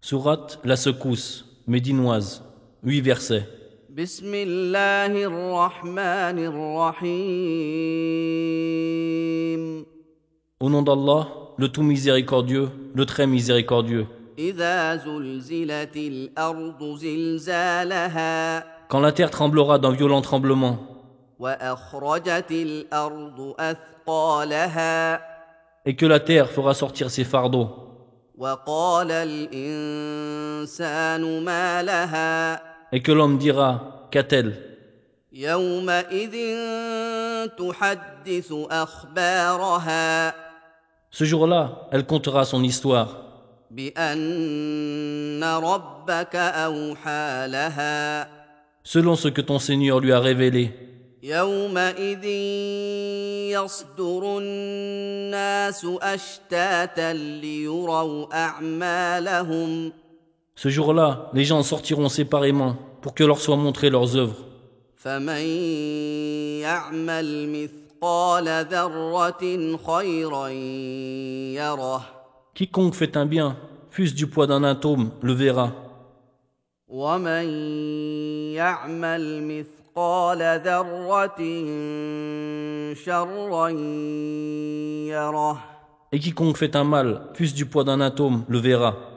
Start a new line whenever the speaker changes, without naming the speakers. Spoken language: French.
Sourate La Secousse, médinoise, 8 versets.
بسم الله الرحمن الرحيم
Au nom d'Allah, le tout miséricordieux, le très miséricordieux.
إذا زلزلت الأرض زلزالها
Quand la terre tremblera d'un violent tremblement,
وأخرجت الأرض أثقالها
et que la terre fera sortir ses fardeaux,
وقال الإنسان ما لها
et que l'homme dira Qu'a-t-elle
يومئذ تحدث أخبارها
Ce jour-là, elle contera son histoire,
بأن ربك أوحى لها
selon ce que ton Seigneur lui a révélé.
يومئذ يصدر الناس أشتاتا ليروا أعمالهم
Ce jour-là, les gens sortiront séparément pour que leur soient montrées leurs œuvres.
فمن يعمل مثقال ذرة خيرا يره
Quiconque fait un bien, fût-ce du poids d'un atome, le verra.
ومن يعمل مثقال ذرة شرا يره
Et quiconque fait un mal, fût-ce du poids d'un atome, le verra.